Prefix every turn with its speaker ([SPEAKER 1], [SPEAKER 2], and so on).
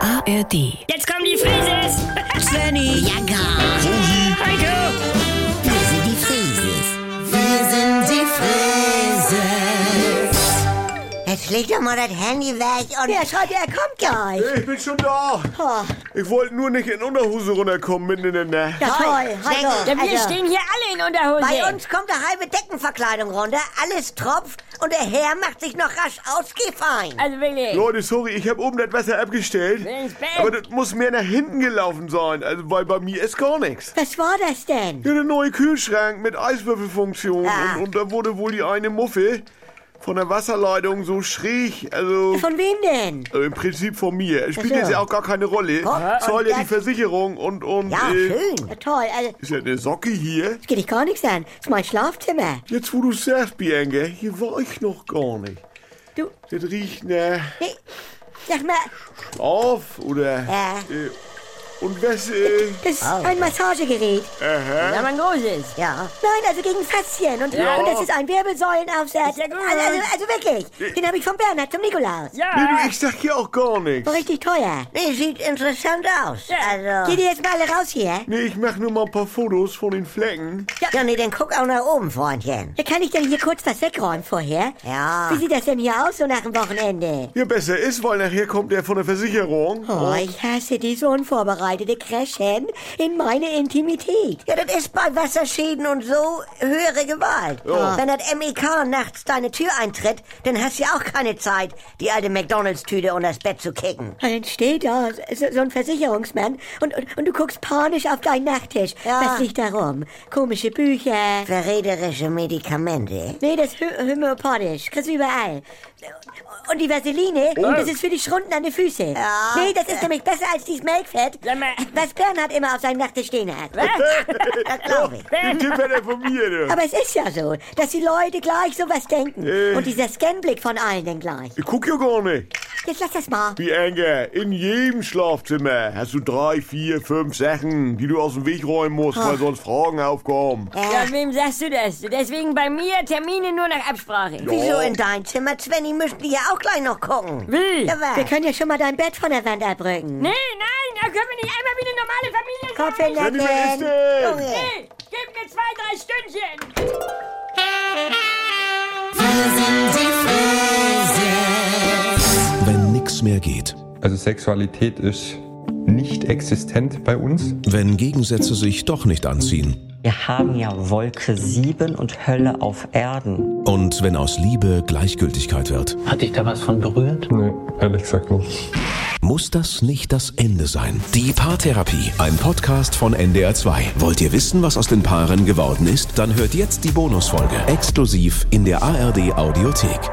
[SPEAKER 1] ARD.
[SPEAKER 2] Jetzt kommen die Frises!
[SPEAKER 3] Svenny,
[SPEAKER 4] Ja, gar.
[SPEAKER 2] Heiko!
[SPEAKER 4] Wir sind die Frieses. Wir sind die Frieses. Jetzt leg doch mal das Handy weg und...
[SPEAKER 3] der Schott, der kommt gleich.
[SPEAKER 5] Ich bin schon da.
[SPEAKER 3] Oh,
[SPEAKER 5] Ich wollte nur nicht in Unterhose runterkommen mitten in der Nacht.
[SPEAKER 3] ja toll,
[SPEAKER 4] Svenny.
[SPEAKER 3] hallo.
[SPEAKER 2] Ja, wir
[SPEAKER 3] Also,
[SPEAKER 2] stehen hier alle in Unterhose.
[SPEAKER 3] Bei uns kommt eine halbe Deckenverkleidung runter, alles tropft und der Herr macht sich noch rasch ausgefein.
[SPEAKER 2] Also wirklich.
[SPEAKER 5] Leute, sorry, ich habe oben das Wasser abgestellt.
[SPEAKER 2] Wer ist weg?
[SPEAKER 5] Aber das muss mehr nach hinten gelaufen sein, also, weil bei mir ist gar nichts.
[SPEAKER 3] Was war das denn?
[SPEAKER 5] Ja, der neue Kühlschrank mit Eiswürfelfunktion.
[SPEAKER 3] Ah.
[SPEAKER 5] Und, und da wurde wohl die eine Muffe von der Wasserleitung so schräg. Also,
[SPEAKER 3] Von wem denn?
[SPEAKER 5] also im Prinzip von mir. Es
[SPEAKER 3] Ach
[SPEAKER 5] Spielt
[SPEAKER 3] so.
[SPEAKER 5] jetzt ja auch gar keine Rolle.
[SPEAKER 3] Gott,
[SPEAKER 5] Zahlt ja
[SPEAKER 3] und
[SPEAKER 5] die
[SPEAKER 3] das-
[SPEAKER 5] Versicherung und... und
[SPEAKER 3] Ja,
[SPEAKER 5] äh,
[SPEAKER 3] schön. Ja, toll, also,
[SPEAKER 5] Ist ja eine Socke hier.
[SPEAKER 3] das geht dich gar nichts an. Das ist mein Schlafzimmer.
[SPEAKER 5] Jetzt, wo du sagst, Bianca, hier war ich noch gar nicht.
[SPEAKER 3] Du,
[SPEAKER 5] Das riecht nach
[SPEAKER 3] nee, sag mal,
[SPEAKER 5] auf oder...
[SPEAKER 3] Ja.
[SPEAKER 5] Äh, und was... Äh,
[SPEAKER 3] das ist ein Massagegerät.
[SPEAKER 2] Ja, man großes.
[SPEAKER 3] Ja. Nein, also gegen Faszien und,
[SPEAKER 2] Ja.
[SPEAKER 3] und das ist ein Wirbelsäulenaufsatz.
[SPEAKER 2] Ist ja gut.
[SPEAKER 3] Also, also, also wirklich, den habe ich von Bernhard zum Nikolaus.
[SPEAKER 2] Ja.
[SPEAKER 5] nee, du, ich sag hier auch gar nichts.
[SPEAKER 3] War richtig teuer.
[SPEAKER 4] Nee, sieht interessant aus.
[SPEAKER 2] Ja.
[SPEAKER 4] Also...
[SPEAKER 3] Geht ihr jetzt mal alle raus hier?
[SPEAKER 5] Nee, ich mach nur mal ein paar Fotos von den Flecken.
[SPEAKER 4] Ja, nee, dann guck auch nach oben, Freundchen.
[SPEAKER 3] Ja, kann ich denn hier kurz was wegräumen vorher?
[SPEAKER 4] Ja.
[SPEAKER 3] Wie sieht das denn hier aus so nach dem Wochenende?
[SPEAKER 5] Ja, besser ist, weil nachher kommt der von der Versicherung.
[SPEAKER 3] Oh, ich hasse diese unvorbereitete Crashen in meine Intimität.
[SPEAKER 4] Ja, das ist bei Wasserschäden und so höhere Gewalt.
[SPEAKER 5] Ja.
[SPEAKER 4] Wenn das MEK nachts deine Tür eintritt, dann hast du ja auch keine Zeit, die alte McDonalds-Tüte unter das Bett zu kicken.
[SPEAKER 3] Und dann steht da so, so ein Versicherungsmann und, und, und du guckst panisch auf deinen Nachttisch.
[SPEAKER 4] Ja.
[SPEAKER 3] Was liegt da rum? Komische Bücher.
[SPEAKER 4] Verräterische Medikamente.
[SPEAKER 3] Nee, das ist hö- homöopathisch. Kriegst du überall. Und die Vaseline, das ist für die Schrunden an den Füßen.
[SPEAKER 4] Ja.
[SPEAKER 3] Nee, das ist nämlich besser als dieses Melkfett,
[SPEAKER 2] Sag mal.
[SPEAKER 3] was Bernhard immer auf seinem Nachttisch stehen hat.
[SPEAKER 4] Das glaube ich.
[SPEAKER 5] Den Tipp hat er von mir, du.
[SPEAKER 3] Aber es ist ja so, dass die Leute gleich sowas denken.
[SPEAKER 5] Äh.
[SPEAKER 3] Und dieser Scanblick von allen dann gleich.
[SPEAKER 5] Ich guck ja gar nicht.
[SPEAKER 3] Jetzt lass das mal.
[SPEAKER 5] Bianca, in jedem Schlafzimmer hast du drei, vier, fünf Sachen, die du aus dem Weg räumen musst,
[SPEAKER 3] Oh.
[SPEAKER 5] weil sonst Fragen aufkommen.
[SPEAKER 2] Ja, wem sagst du das? Deswegen bei mir Termine nur nach Absprache.
[SPEAKER 4] Wieso in dein Zimmer, Svenny? Müssen die ja auch gleich noch gucken.
[SPEAKER 2] Wie?
[SPEAKER 4] Ja,
[SPEAKER 3] Wir
[SPEAKER 4] was?
[SPEAKER 3] können ja schon mal dein Bett von der Wand abrücken.
[SPEAKER 2] Nee, nein, da können wir nicht einmal wie eine normale Familie
[SPEAKER 3] Kopf
[SPEAKER 2] sein.
[SPEAKER 3] in
[SPEAKER 5] Wenn ich wer ist
[SPEAKER 3] Nacken.
[SPEAKER 5] denn?
[SPEAKER 4] Junge.
[SPEAKER 2] Nee, gib mir zwei, drei Stündchen.
[SPEAKER 6] Wenn nix mehr geht.
[SPEAKER 7] Also Sexualität ist nicht existent bei uns.
[SPEAKER 6] Wenn Gegensätze sich doch nicht anziehen.
[SPEAKER 8] Wir haben ja Wolke 7 und Hölle auf Erden.
[SPEAKER 6] Und wenn aus Liebe Gleichgültigkeit wird.
[SPEAKER 9] Hat dich da was von berührt?
[SPEAKER 7] Nee, ehrlich gesagt nicht.
[SPEAKER 6] Muss das nicht das Ende sein? Die Paartherapie, ein Podcast von NDR2. Wollt ihr wissen, was aus den Paaren geworden ist? Dann hört jetzt die Bonusfolge exklusiv in der ARD Audiothek.